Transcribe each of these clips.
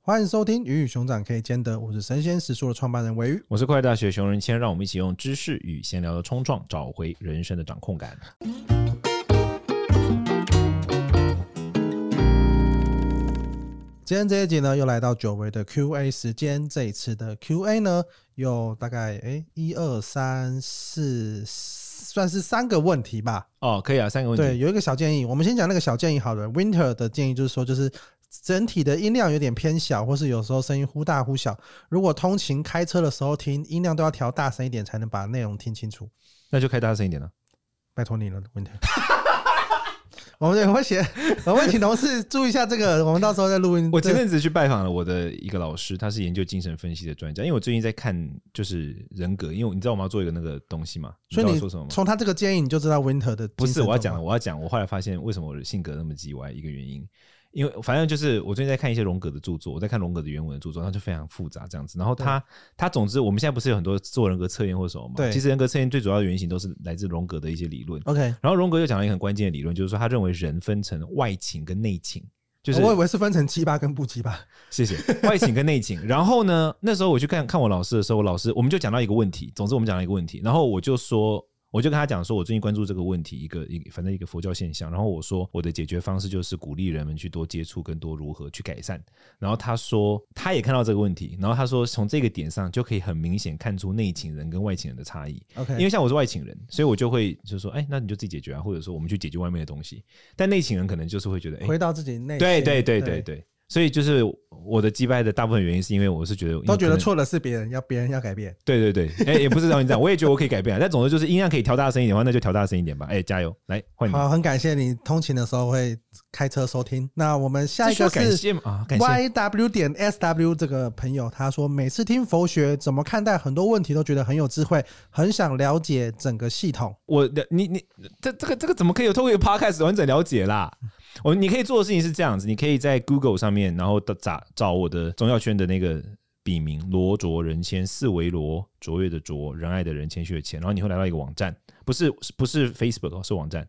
欢迎收听《鱼与熊掌可以兼得》，我是神仙食宿的创办人维宇。我是快乐大学熊仁谦，让我们一起用知识与闲聊的冲撞，找回人生的掌控感。今天这一集呢，又来到久违的 Q&A 时间。这一次的 Q&A 呢，有大概诶一二三四，算是三个问题吧。哦，可以啊，三个问对，题。有一个小建议，我们先讲那个小建议好了。Winter 的建议就是说，就是整体的音量有点偏小，或是有时候声音忽大忽小。如果通勤开车的时候听，音量都要调大声一点，才能把内容听清楚。那就开大声一点了。拜托你 了，Winter。我们也会写，我们会请同事注意一下这 个，我们到时候再录音。我前这阵子去拜访了我的一个老师，他是研究精神分析的专家。因为我最近在看就是人格，因为你知道我们要做一个那个东西嘛，所以你知道你我说什么吗？从他这个建议，你就知道 Winter 的不精是神我要状讲的，况我要讲。我后来发现为什么我的性格那么叽歪，一个原因，因为反正就是我最近在看一些荣格的著作，我在看荣格的原文的著作，它就非常复杂这样子。然后他他总之我们现在不是有很多做人格测验或什么嘛？对其实人格测验最主要的原型都是来自荣格的一些理论。 OK，然后荣格又讲了一个很关键的理论，就是说他认为人分成外倾跟内倾，就是我以为是分成七八跟不七八。谢谢外请跟内请。然后呢，那时候我去看看我老师的时候，我老师我们就讲到一个问题，总之我们讲到一个问题，然后我就说。我就跟他讲说，我最近关注这个问题，一个一个反正一个佛教现象。然后我说，我的解决方式就是鼓励人们去多接触，跟多如何去改善。然后他说，他也看到这个问题，然后他说，从这个点上就可以很明显看出内请人跟外请人的差异。 OK，因为像我是外请人，所以我就会就说，哎，那你就自己解决啊，或者说我们去解决外面的东西。但内请人可能就是会觉得，哎，回到自己内心，对对对对对，所以就是我的击败的大部分原因是因为我是觉得都觉得，错的是别人，要别人要改变。因为可能对对对，哎、也不是让你这样，我也觉得我可以改变啊，但总之就是音量可以调大声一点的话，那就调大声一点吧，哎、加油，来换你，好，很感谢你通勤的时候会开车收听。那我们下这一需个要感是谢嘛啊，感谢， Y W 点 S W 这个朋友，他说每次听佛学怎么看待很多问题都觉得很有智慧，很想了解整个系统。我的你你这这个这个怎么可以有透过一个 podcast 完整了解啦？我你可以做的事情是这样子，你可以在 Google 上面，然后的找找我的宗教圈的那个笔名罗卓人谦，四维罗卓越的卓，仁爱的人，谦虚的谦，然后你会来到一个网站，不是不是 Facebook 哦，是网站，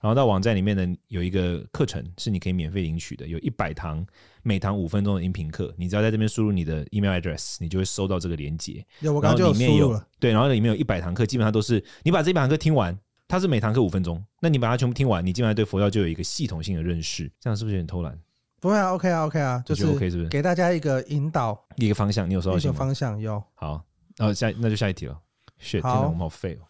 然后到网站里面呢有一个课程是你可以免费领取的，有一百堂，每堂五分钟的音频课，你只要在这边输入你的 email address，你就会收到这个链接，有，我刚然刚就后有里面输入有了。对，然后里面有一百堂课，基本上都是你把这一百堂课听完，它是每堂课五分钟，那你把它全部听完，你基本上对佛教就有一个系统性的认识，这样是不是有点偷懒？不会啊，OK 啊，OK 啊，就你觉是得 OK 是不是给大家一个引导，一个方向，你有收到一个信吗？方向。有，好，然后下那就下一题了。shit，天好哪，我们好废 哦！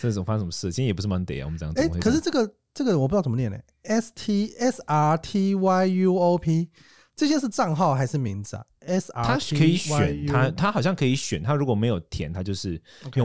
这种发生什么事？今天也不是 Monday 啊，我们这样怎哎么，会这可样？是这个这个我不知道怎么念呢、s T S R T Y U O P，这些是账号还是名字啊？S R 他 T 可以选 Y U 他，他好像可以选。他如果没有填，他就是 用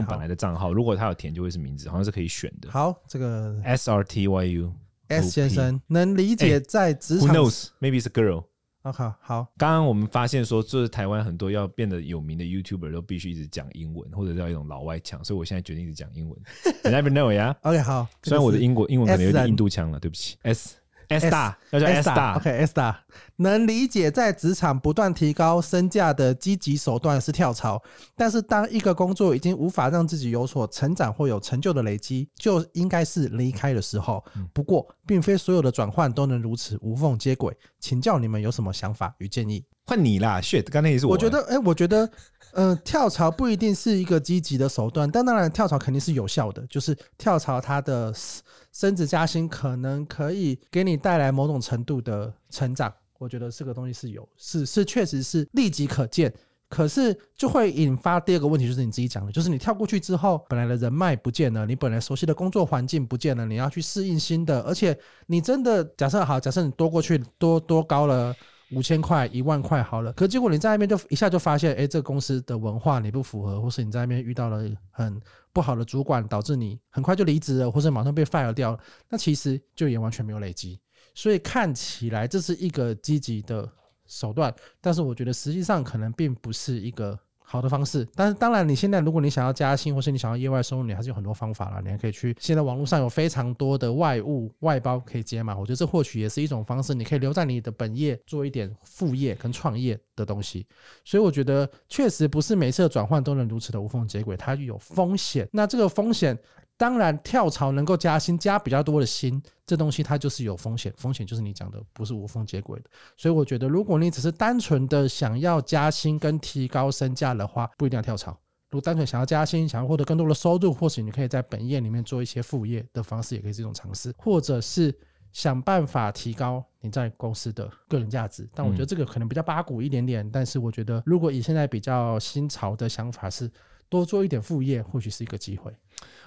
OK，好本来的账号；如果他有填，就会是名字，好像是可以选的。好，这个 S R T Y U S 先生能理解在职哎 Who 场。 knows? Maybe it's a girl. 啊好好，刚刚我们发现说，就是台湾很多要变得有名的 YouTuber 都必须一直讲英文，或者叫一种老外腔，所以我现在决定一直讲英 文。You never know 呀。 OK 好。虽然我的这个是英国英文可能有 S 点人印度腔了，对不起。S S 大要叫 S S 大 OK S 大能理解在职场不断提高身价的积极手段是跳槽，但是当一个工作已经无法让自己有所成长或有成就的累积，就应该是离开的时候。不过，并非所有的转换都能如此无缝接轨，请教你们有什么想法与建议？换你啦，shit，刚才也是我我觉得，哎、我觉得，呃，跳槽不一定是一个积极的手段，但当然，跳槽肯定是有效的。就是跳槽，它的升升职加薪可能可以给你带来某种程度的成长。我觉得这个东西是有，是是，确实是立即可见。可是就会引发第二个问题，就是你自己讲的，就是你跳过去之后，本来的人脉不见了，你本来熟悉的工作环境不见了，你要去适应新的，而且你真的假设好，假设你多过去多多高了。五千块、一万块好了，可结果你在那边就一下就发现，哎、这个公司的文化你不符合，或是你在那边遇到了很不好的主管，导致你很快就离职了，或是马上被 fire 掉了，那其实就也完全没有累积。所以看起来这是一个积极的手段，但是我觉得实际上可能并不是一个好的方式。但是当然，你现在如果你想要加薪，或是你想要业外收入，你还是有很多方法啦。你还可以去现在网络上有非常多的外务外包可以接嘛，我觉得这或许也是一种方式，你可以留在你的本业做一点副业跟创业的东西。所以我觉得确实不是每次的转换都能如此的无缝接轨，它有风险。那这个风险当然，跳槽能够加薪，加比较多的薪，这东西它就是有风险，风险就是你讲的不是无缝接轨的。所以我觉得，如果你只是单纯的想要加薪跟提高身价的话，不一定要跳槽。如果单纯想要加薪，想要获得更多的收入，或许你可以在本业里面做一些副业的方式，也可以是一种尝试，或者是想办法提高你在公司的个人价值。但我觉得这个可能比较八股一点点，但是我觉得如果以现在比较新潮的想法是多做一点副业，或许是一个机会。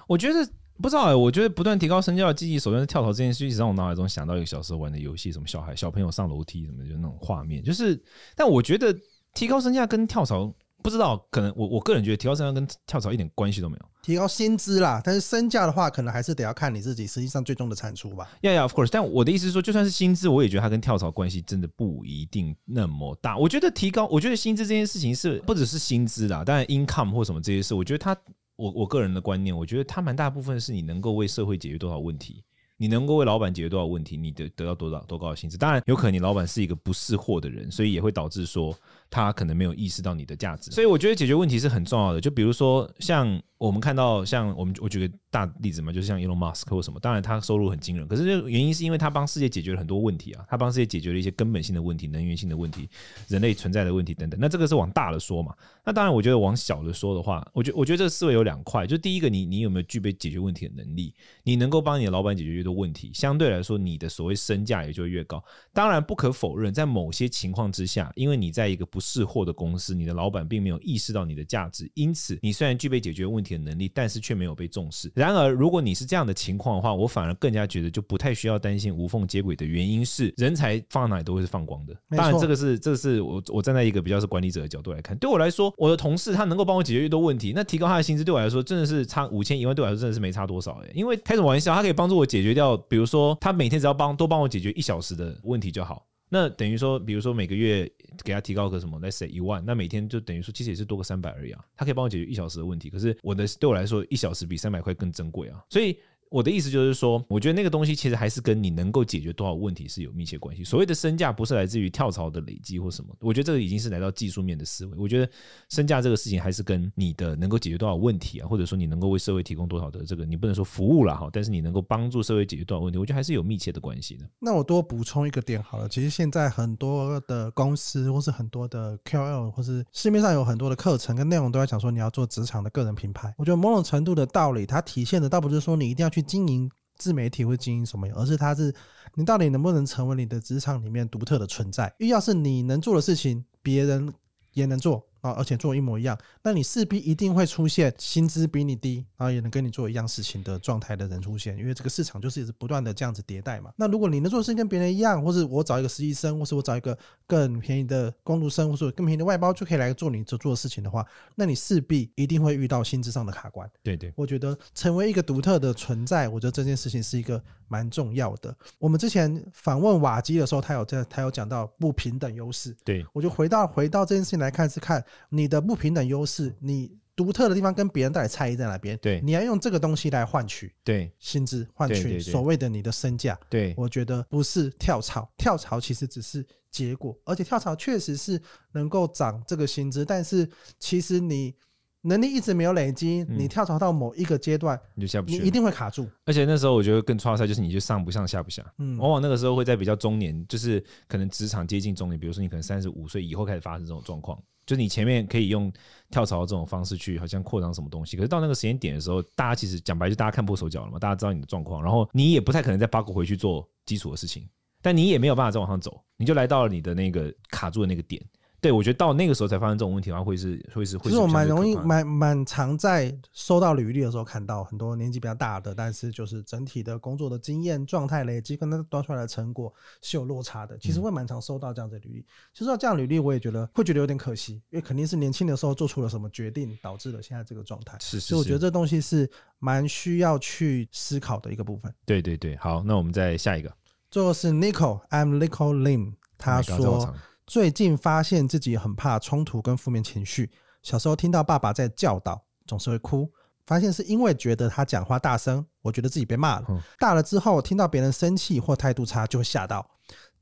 我觉得不知道哎、我觉得不断提高身价的积极手段是跳槽这件事，一直让我脑海中想到一个小时候玩的游戏，什么小孩小朋友上楼梯什么，就那种画面。就是，但我觉得提高身价跟跳槽不知道，可能我我个人觉得提高身价跟跳槽一点关系都没有。提高薪资啦，但是身价的话，可能还是得要看你自己实际上最终的产出吧。呀呀，of course。但我的意思是说，就算是薪资，我也觉得它跟跳槽关系真的不一定那么大。我觉得提高，我觉得薪资这件事情是不只是薪资啦，当然 income 或什么这些事，我觉得它，我我个人的观念，我觉得它蛮大部分是你能够为社会解决多少问题。你能够为老板解决多少问题，你得得到多少多高的薪资？当然，有可能你老板是一个不识货的人，所以也会导致说他可能没有意识到你的价值。所以我觉得解决问题是很重要的。就比如说，像我们看到，像我们我举个大例子嘛，就是像 Elon Musk 或什么，当然他收入很惊人，可是这个原因是因为他帮世界解决了很多问题啊，他帮世界解决了一些根本性的问题、能源性的问题、人类存在的问题等等。那这个是往大了说嘛？那当然，我觉得往小了说的话，我觉我觉得这个思维有两块，就第一个你，你有没有具备解决问题的能力？你能够帮你的老板解决越多问题，相对来说，你的所谓身价也就会越高。当然，不可否认，在某些情况之下，因为你在一个不识货的公司，你的老板并没有意识到你的价值，因此你虽然具备解决问题的能力，但是却没有被重视。然而，如果你是这样的情况的话，我反而更加觉得就不太需要担心无缝接轨的原因是，人才放哪里都会是放光的。没错当然，这个是这个是我我站在一个比较是管理者的角度来看，对我来说，我的同事他能够帮我解决越多问题，那提高他的薪资对我来说真的是差五千一万，对我来说真的是没差多少哎、因为开什么玩笑，他可以帮助我解决掉，比如说他每天只要帮多帮我解决一小时的问题就好。那等于说，比如说每个月给他提高个什么，let's say 一万，那每天就等于说其实也是多个三百而已啊。他可以帮我解决一小时的问题，可是我的对我来说，一小时比三百块更珍贵啊。所以我的意思就是说，我觉得那个东西其实还是跟你能够解决多少问题是有密切关系。所谓的身价不是来自于跳槽的累积或什么，我觉得这个已经是来到技术面的思维。我觉得身价这个事情还是跟你的能够解决多少问题啊，或者说你能够为社会提供多少的这个，你不能说服务了哈，但是你能够帮助社会解决多少问题，我觉得还是有密切的关系的。那我多补充一个点好了，其实现在很多的公司或是很多的 QL 或是市面上有很多的课程跟内容都在讲说你要做职场的个人品牌。我觉得某种程度的道理，它体现的倒不是说你一定要去经营自媒体或经营什么，而是它是你到底能不能成为你的职场里面独特的存在。因为要是你能做的事情，别人也能做。啊，而且做一模一样，那你势必一定会出现薪资比你低，然后也能跟你做一样事情的状态的人出现，因为这个市场就是一直不断的这样子迭代嘛。那如果你能做的事情跟别人一样，或是我找一个实习生，或是我找一个更便宜的工读生，或是更便宜的外包就可以来做你所做的事情的话，那你势必一定会遇到薪资上的卡关。对对，我觉得成为一个独特的存在，我觉得这件事情是一个蛮重要的。我们之前访问瓦基的时候，他有在他有讲到不平等优势，对我就回到回到这件事情来看，是看你的不平等优势，你独特的地方跟别人到底差异在哪边？对你要用这个东西来换取对薪资，换对取对对所谓的你的身价。对我觉得不是跳槽，跳槽其实只是结果，而且跳槽确实是能够涨这个薪资，但是其实你能力一直没有累积，嗯你跳槽到某一个阶段，你就下不你去一了。定会卡住。而且那时候我觉得更差赛就是你就上不上下不下，嗯，往往那个时候会在比较中年，就是可能职场接近中年，比如说你可能三十五岁以后开始发生这种状况，就是你前面可以用跳槽这种方式去好像扩张什么东西，可是到那个时间点的时候，大家其实讲白就大家看破手脚了嘛，大家知道你的状况，然后你也不太可能再八股回去做基础的事情，但你也没有办法再往上走，你就来到了你的那个卡住的那个点。对，我觉得到那个时候才发生这种问题的话，会是会是会其是实我比较蛮可容易怕的蛮蛮常在收到履历的时候看到很多年纪比较大的，但是就是整体的工作的经验、状态累积跟他端出来的成果是有落差的。其嗯实我也蛮常收到这样的履历，其实到这样的履历我也觉得会觉得有点可惜，因为肯定是年轻的时候做出了什么决定，导致了现在这个状态。是是所以我是觉得这东西是蛮需要去思考的一个部分。对对对，好，那我们再下一个，最后是 Nico，I'm Nico Lim，他 Oh my god，这好说长。最近发现自己很怕冲突跟负面情绪。小时候听到爸爸在教导，总是会哭。发现是因为觉得他讲话大声，我觉得自己被骂了。嗯大了之后，听到别人生气或态度差，就会吓到，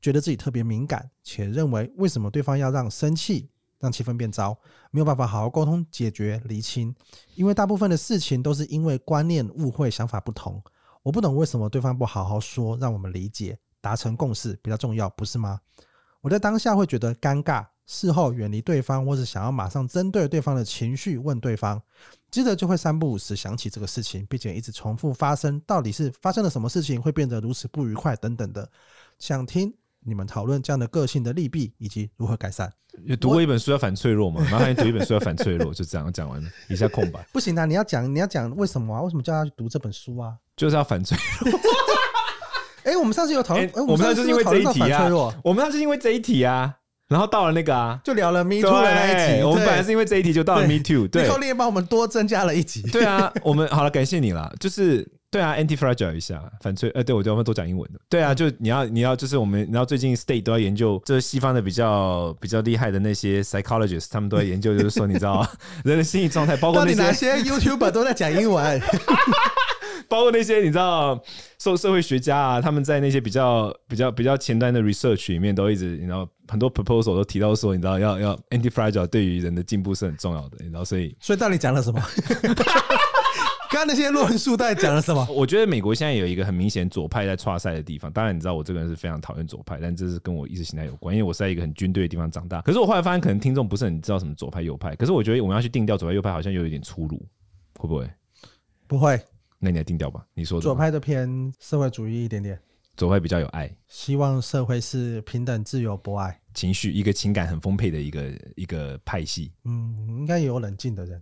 觉得自己特别敏感，且认为为什么对方要让生气让气氛变糟，没有办法好好沟通、解决、厘清，因为大部分的事情都是因为观念、误会、想法不同。我不懂为什么对方不好好说，让我们理解、达成共识比较重要，不是吗？我在当下会觉得尴尬，事后远离对方，或是想要马上针对对方的情绪问对方，接着就会三不五时想起这个事情，并且一直重复发生，到底是发生了什么事情会变得如此不愉快等等的。想听你们讨论这样的个性的利弊以及如何改善。有读过一本书叫《反脆弱》嘛？麻烦你读一本书叫《反脆弱》，就这样讲完了，以下空白，不行啊，你要讲你要讲为什么啊？为什么叫他去读这本书啊？就是要反脆。哎、我们上次有讨论，哎哎、我们上上次次因为有讨论这到一题啊反脆弱，我们那是因为这一题啊，然后到了那个啊，就聊了 Me 对 Too 的那一集，我们对本来是因为这一题就到了对 Me Too，对 Nicole 也帮我们多增加了一集。对啊，我们好了，感谢你啦，就是。对啊，anti fragile 一下，反脆，呃，对我对我们多讲英文的。对啊，就你要你要就是我们，然后最近 state 都要研究，这西方的比较比较厉害的那些 psychologist，他们都在研究，就是说你知道 人的心理状态，包括到那底哪些些 YouTuber 都在讲英文？包括那些你知道受社会学家啊，他们在那些比较比较比较前端的 research 里面都一直，你知道很多 proposal 都提到说，你知道要要 anti fragile 对于人的进步是很重要的，你知道，所以所以到底讲了什么？ 刚刚那些论述到底讲了什么？我觉得美国现在有一个很明显左派在跨赛的地方，当然你知道我这个人是非常讨厌左派，但这是跟我意识形态有关，因为我是在一个很军队的地方长大。可是我后来发现，可能听众不是很知道什么左派右派，可是我觉得我们要去定调左派右派，好像有一点粗鲁，会不会？不会，那你来定调吧，你说的左派就偏社会主义一点点，左派比较有爱希望社会是平等、自由、博爱。情绪，一个情感很丰沛的一个一个派系，嗯，应该也有冷静的人，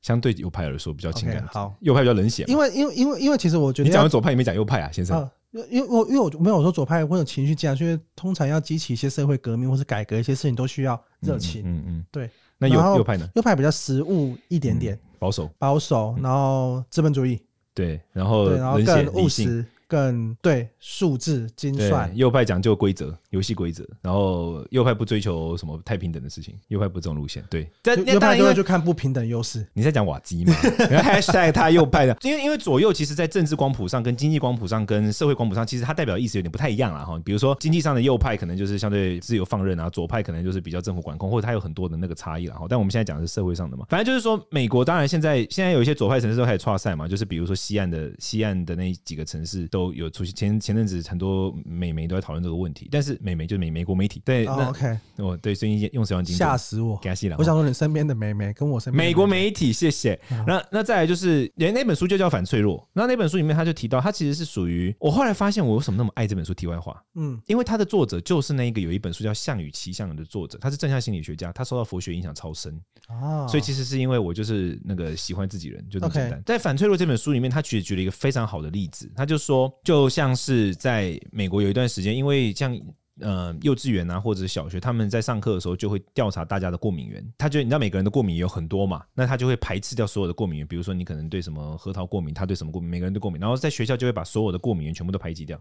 相对右派来说比较情 OK，感，好，右派比较冷血嘛。因为因为因为因为其实我觉得你讲要完左派，你没讲右派啊，先生。啊，因为因为我因为我没有说左派会有情绪激昂，是因为通常要激起一些社会革命或是改革一些事情都需要热情。嗯嗯，对，那右然后右派呢？右派比较实务一点点，保守，保守，然后资本主义，对，然后对，然后嗯哦冷血更理务性。实，更对数字精对，算。右派讲究规则，游戏规则，然后右派不追求什么太平等的事情，右派不这种路线。对，但右右当派然因就为会去看不平等优势。你在讲瓦基 嘛？#hashtag 他右派的，因为因为左右其实，在政治光谱上、跟经济光谱上、跟社会光谱上，其实它代表的意思有点不太一样啦哈。比如说经济上的右派可能就是相对自由放任啊，左派可能就是比较政府管控，或者它有很多的那个差异啦哈。但我们现在讲的是社会上的嘛，反正就是说，美国当然现在现在有一些左派城市都开始跨赛嘛，就是比如说西岸的西岸的那几个城市都有出现，前前阵子很多美媒都在讨论这个问题，但是美媒就是美美国媒体对哦那 OK，我对最近用词用精准吓死我！给他洗了我想说你身边的妹妹跟我身边的嗯美国媒体，谢谢。那那再来就是，连那本书就叫《反脆弱》。那那本书里面他就提到，他其实是属于我后来发现我为什么那么爱这本书。题外话，嗯，因为他的作者就是那一个有一本书叫《项羽骑象》的作者，他是正向心理学家，他受到佛学影响超深，啊，所以其实是因为我就是那个喜欢自己人，就这么 OK 简单。在《反脆弱》这本书里面，他举举了一个非常好的例子，他就说，就像是在美国有一段时间，因为像。呃，幼稚园啊，或者是小学，他们在上课的时候就会调查大家的过敏源。他觉得你知道每个人的过敏也有很多嘛，那他就会排斥掉所有的过敏源。比如说你可能对什么核桃过敏，他对什么过敏，每个人都过敏。然后在学校就会把所有的过敏源全部都排挤掉，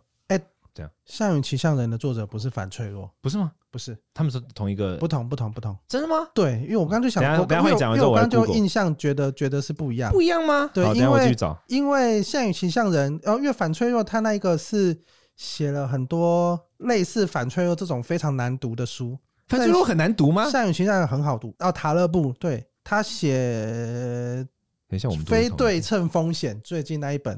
项羽骑象人的作者不是反脆弱，不是吗？不是他们是同一个不，同不同不同。真的吗？对，因为我刚刚就想等一，下我等一因下为会讲完因为之后我我来刚刚就 Google 印象觉得觉得是不一样。不一样吗？对好，等一因下我继续为找。因为项羽骑象人，然后因为反脆弱，他那一个是写了很多类似反脆弱这种非常难读的书。反脆弱很难读吗？项羽骑象人很好读，哦，塔勒布对他写等一下我们读非不同对称风险最近那一本，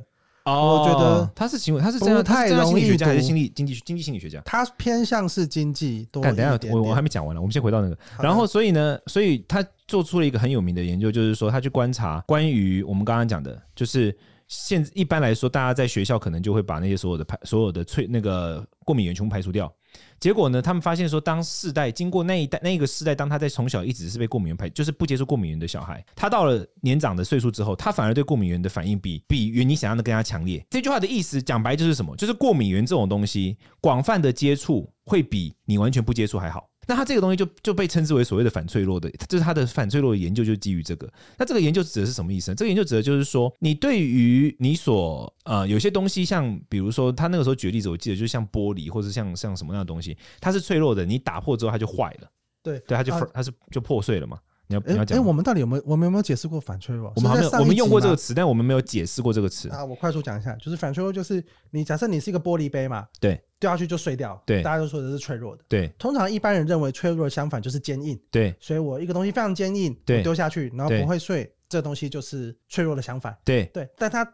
哦，我觉得他是行为，他是不这样，他太是这样容心理易学家还是读心理经济经济心理学家？它偏向是经济多但一等点一下，点。我我还没讲完呢，我们先回到那个。好的然后，所以呢，所以他做出了一个很有名的研究，就是说他去观察关于我们刚刚讲的，就是现一般来说，大家在学校可能就会把那些所有的排所有的脆那个过敏源全部排除掉。结果呢，他们发现说，当世代经过那一代那个世代，当他在从小一直是被过敏源排，就是不接触过敏源的小孩，他到了年长的岁数之后，他反而对过敏源的反应比比原你想象的更加强烈。这句话的意思讲白就是什么？就是过敏源这种东西，广泛的接触会比你完全不接触还好。那它这个东西就就被称之为所谓的反脆弱的，就是它的反脆弱的研究就基于这个。那这个研究指的是什么意思呢？这个研究指的就是说，你对于你所呃有些东西像，比如说他那个时候举例子，我记得就像玻璃或者像像什么样的东西，它是脆弱的，你打破之后它就坏了，对对，它就、啊它是就破碎了嘛。你要你要哎讲哎，吗，我们到底有没有我们有没有解释过反脆弱？我们还是没在有上我们一用集过这吗啊个词，但我们没有解释过这个词。啊，我快速讲一下，就是反脆弱就是你假设你是一个玻璃杯嘛，对掉下去就碎掉，对大家都说的是脆弱的。对通常一般人认为脆弱相反就是坚硬，对所以我一个东西非常坚硬，对我丢下去，然后对不会碎，这东西就是脆弱的相反。对，对，但他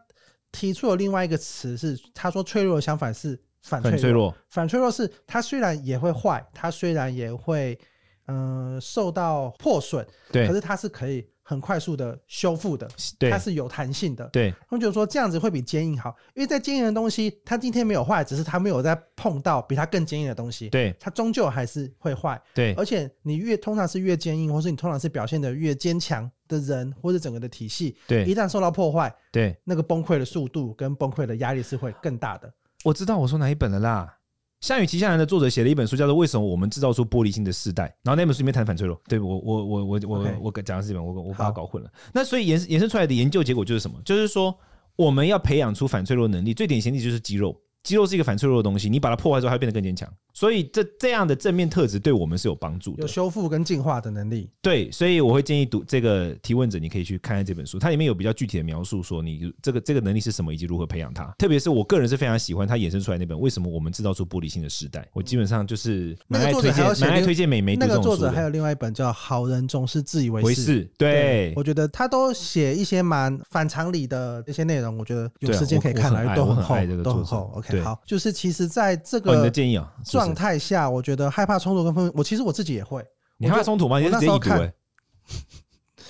提出了另外一个词是，他说脆弱的相反是反脆很脆弱。弱，反脆弱是它虽然也会坏，它虽然也会嗯、呃受到破损，对可是它是可以很快速的修复的，对它是有弹性的。对他们就说这样子会比坚硬好，因为在坚硬的东西，它今天没有坏，只是它没有在碰到比它更坚硬的东西，对它终究还是会坏。对而且你越通常是越坚硬，或是你通常是表现的越坚强的人，或者整个的体系，一对旦受到破坏，对，那个崩溃的速度跟崩溃的压力是会更大的。我知道我说哪一本了啦。《下雨旗下人》的作者写了一本书，叫做《为什么我们制造出玻璃心的世代》，然后那本书里面谈反脆弱。对我我我我我 OK 我讲的是这本，我我把它好搞混了。那所以延延伸出来的研究结果就是什么？就是说我们要培养出反脆弱能力，最典型的就是肌肉。肌肉是一个反脆弱的东西，你把它破坏之后，它会变得更坚强。所以这这样的正面特质对我们是有帮助的有。修复跟进化的能力。对，所以我会建议读这个提问者，你可以去看看这本书，它里面有比较具体的描述，说你这个这个能力是什么，以及如何培养它。特别是我个人是非常喜欢它衍生出来那本《为什么我们制造出玻璃心的时代》，我基本上就是蛮那个爱作推者还有荐写蛮爱另推荐美眉读那这个种作书者还的。有另外一本叫《好人总是自以为回是》。事，对我觉得他都写一些蛮反常理的一些内容，我觉得有对啊时间我可以我看很来爱都我很厚爱这个，都作很者厚。OK，对好，就是其实在这哦，你的个建议啊，是不是状态下，我觉得害怕冲突跟分，我其实我自己也会，你害怕冲突吗？你是直接我已那时读候哎、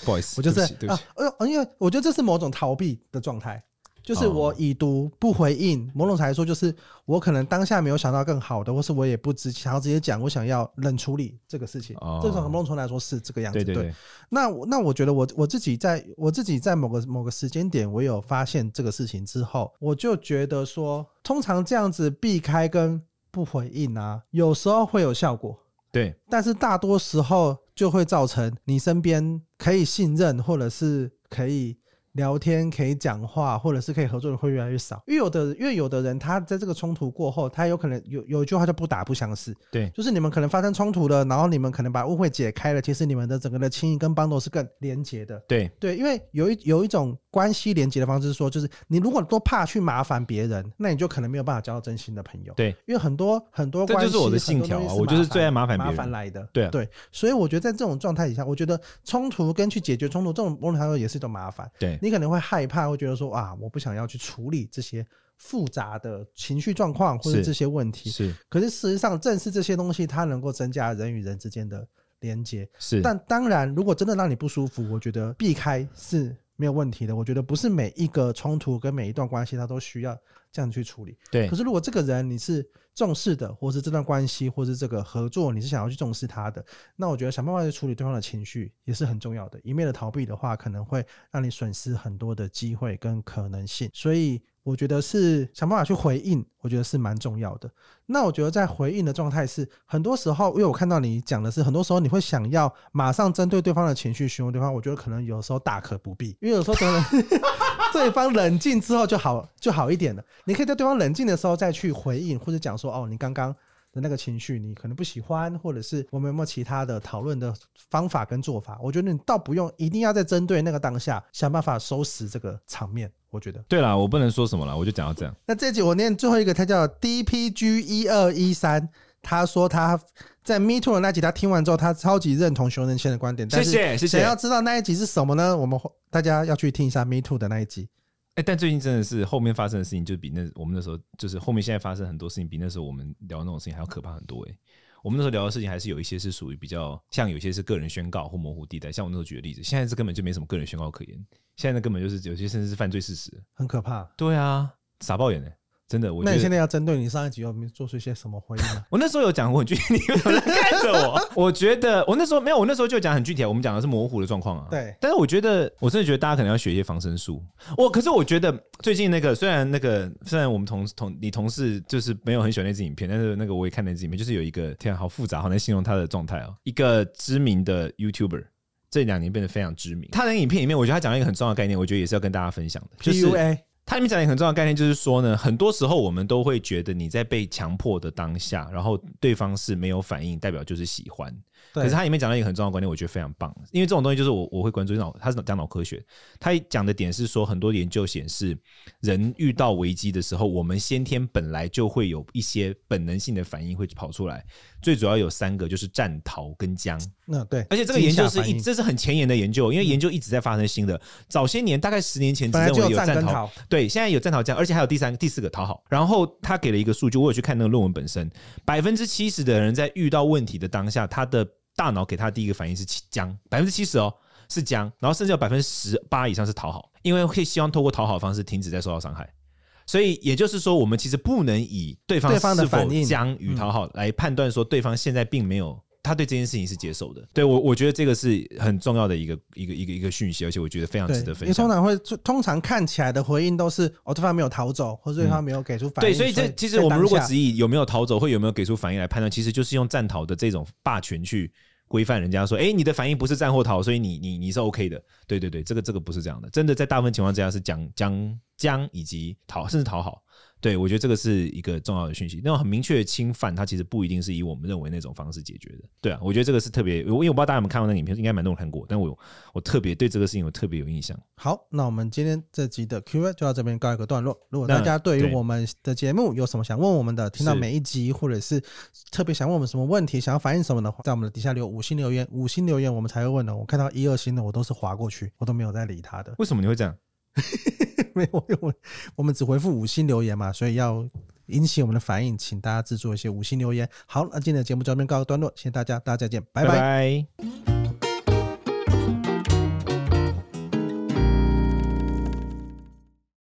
不好意思，我就是对不起对不啊起，呃，因为我觉得这是某种逃避的状态。就是哦我已读不回应，某种程度来说，就是我可能当下没有想到更好的，或是我也不直想要直接讲，我想要冷处理这个事情。哦这种某种程度来说是这个样子。对对对，那我那我觉得我我自己在我自己在某个某个时间点，我有发现这个事情之后，我就觉得说，通常这样子避开跟不回应啊，有时候会有效果，对但是大多时候就会造成你身边可以信任或者是可以。聊天可以讲话，或者是可以合作的会越来越少，因为有的，因为有的人他在这个冲突过后，他有可能有有一句话叫不打不相识，对就是你们可能发生冲突了，然后你们可能把误会解开了，其实你们的整个的情谊跟帮斗是更连结的。对对，因为有一有一种关系连结的方式是说，就是你如果都怕去麻烦别人，那你就可能没有办法交到真心的朋友。对，因为很多很多这关系，就是我的信很多条啊东西我就是最爱麻麻烦别麻人烦来的。对啊对，所以我觉得在这种状态底下，我觉得冲突跟去解决冲突这种某种程度上也是一种麻烦。对你可能会害怕，会觉得说啊，我不想要去处理这些复杂的情绪状况或者是这些问题。是可是事实上，正是这些东西，它能够增加人与人之间的连接。是，但当然，如果真的让你不舒服，我觉得避开是没有问题的。我觉得不是每一个冲突跟每一段关系，它都需要这样去处理。对可是如果这个人你是重视的，或是这段关系，或是这个合作，你是想要去重视他的，那我觉得想办法去处理对方的情绪也是很重要的。一面的逃避的话，可能会让你损失很多的机会跟可能性。所以我觉得是想办法去回应，我觉得是蛮重要的。那我觉得在回应的状态是，很多时候，因为我看到你讲的是，很多时候你会想要马上针对对方的情绪询问对方，我觉得可能有时候大可不必，因为有时候等人对方冷静之后就好就好一点了。你可以在对方冷静的时候再去回应，或者讲说，哦，你刚刚。的那个情绪，你可能不喜欢，或者是我们有没有其他的讨论的方法跟做法？我觉得你倒不用一定要在针对那个当下想办法收拾这个场面。我觉得，对啦，我不能说什么了，我就讲到这样。那这集我念最后一个，他叫 DPG 一二一三，他说他在 Me Too 的那集他听完之后，他超级认同熊仁谦的观点，但谢是谢谢想谢。要知道那一集是什么呢？我们大家要去听一下 Me Too 的那一集。哎、但最近真的是后面发生的事情，就比那我们那时候就是后面现在发生很多事情，比那时候我们聊的那种事情还要可怕很多、哎，我们那时候聊的事情还是有一些是属于比较像有些是个人宣告或模糊地带，像我那时候举的例子，现在是根本就没什么个人宣告可言，现在那根本就是有些甚至是犯罪事实。很可怕。对啊，傻爆眼哎、真的，我那你觉得现在要针对你上一集有没有做出一些什么回应吗？我那时候有讲过很具体，你们在看着我。我觉得我那时候没有，我那时候就讲很具体啊。我们讲的是模糊的状 况啊。对但是我觉得，我真的觉得大家可能要学一些防身术。我可是我觉得最近那个虽然那个虽然我们同同你同事就是没有很喜欢那支影片，但是那个我也看那支影片，就是有一个天、啊、好复杂，好难形容他的状态哦。一个知名的 YouTuber。这两年变得非常知名。他的影片里面，我觉得他讲了一个很重要的概念，我觉得也是要跟大家分享的，就是 PUA 它里面讲了一个很重要的概念，就是说呢，很多时候我们都会觉得你在被强迫的当下，然后对方是没有反应，代表就是喜欢。对可是它里面讲到一个很重要的观点，我觉得非常棒，因为这种东西就是我我会关注脑，它是讲脑科学，它讲的点是说，很多研究显示，人遇到危机的时候，我们先天本来就会有一些本能性的反应会跑出来，最主要有三个，就是战、逃跟僵。那嗯对，而且这个研究惊吓是一，反应这是很前沿的研究，因为研究一直在发生新的。早些年，大概十年前只本来认为就有战战跟逃，逃，对，现在有战逃这样，而且还有第三、第四个讨好。然后他给了一个数据，我有去看那个论文本身，百分之七十的人在遇到问题的当下，他的大脑给他的第一个反应是僵，百分之七十哦是僵，然后甚至有百分之十八以上是讨好，因为会希望透过讨好方式停止再受到伤害。所以也就是说，我们其实不能以对方对方的是否反应嗯僵与讨好来判断说对方现在并没有。他对这件事情是接受的，对我我觉得这个是很重要的一个一个一个一个讯息，而且我觉得非常对值得，因分为享通。常会通常看起来的回应都是哦，对方没有逃走，或者对方没有给出反应。嗯对，所以这其实我们当如果下只以有没有逃走或有没有给出反应来判断，其实就是用战逃的这种霸权去规范人家说，哎，你的反应不是战或逃，所以你你你是 OK 的。对对对，这个这个不是这样的，真的在大部分情况之下是将将将以及讨甚至讨好。对，我觉得这个是一个重要的讯息。那种很明确的侵犯，它其实不一定是以我们认为那种方式解决的。对啊，我觉得这个是特别，我因为我不知道大家有没有看过那个影片，应该蛮多人看过，但我有我特别对这个事情我特别有印象。好，那我们今天这集的 Q&A 就到这边告一个段落。如果大那家对于对我们的节目有什么想问我们的，听到是每一集或者是特别想问我们什么问题，想要反映什么的话，在我们的底下留五星留言，五星留言我们才会问的。我看到一二星的我都是划过去，我都没有在理他的，为什么你会这样？没有，因为我我们只回复五星留言嘛，所以要引起我们的反应，请大家制作一些五星留言。好，那今天的节目就到这边告一个段落，谢谢大家，大家再见，拜拜拜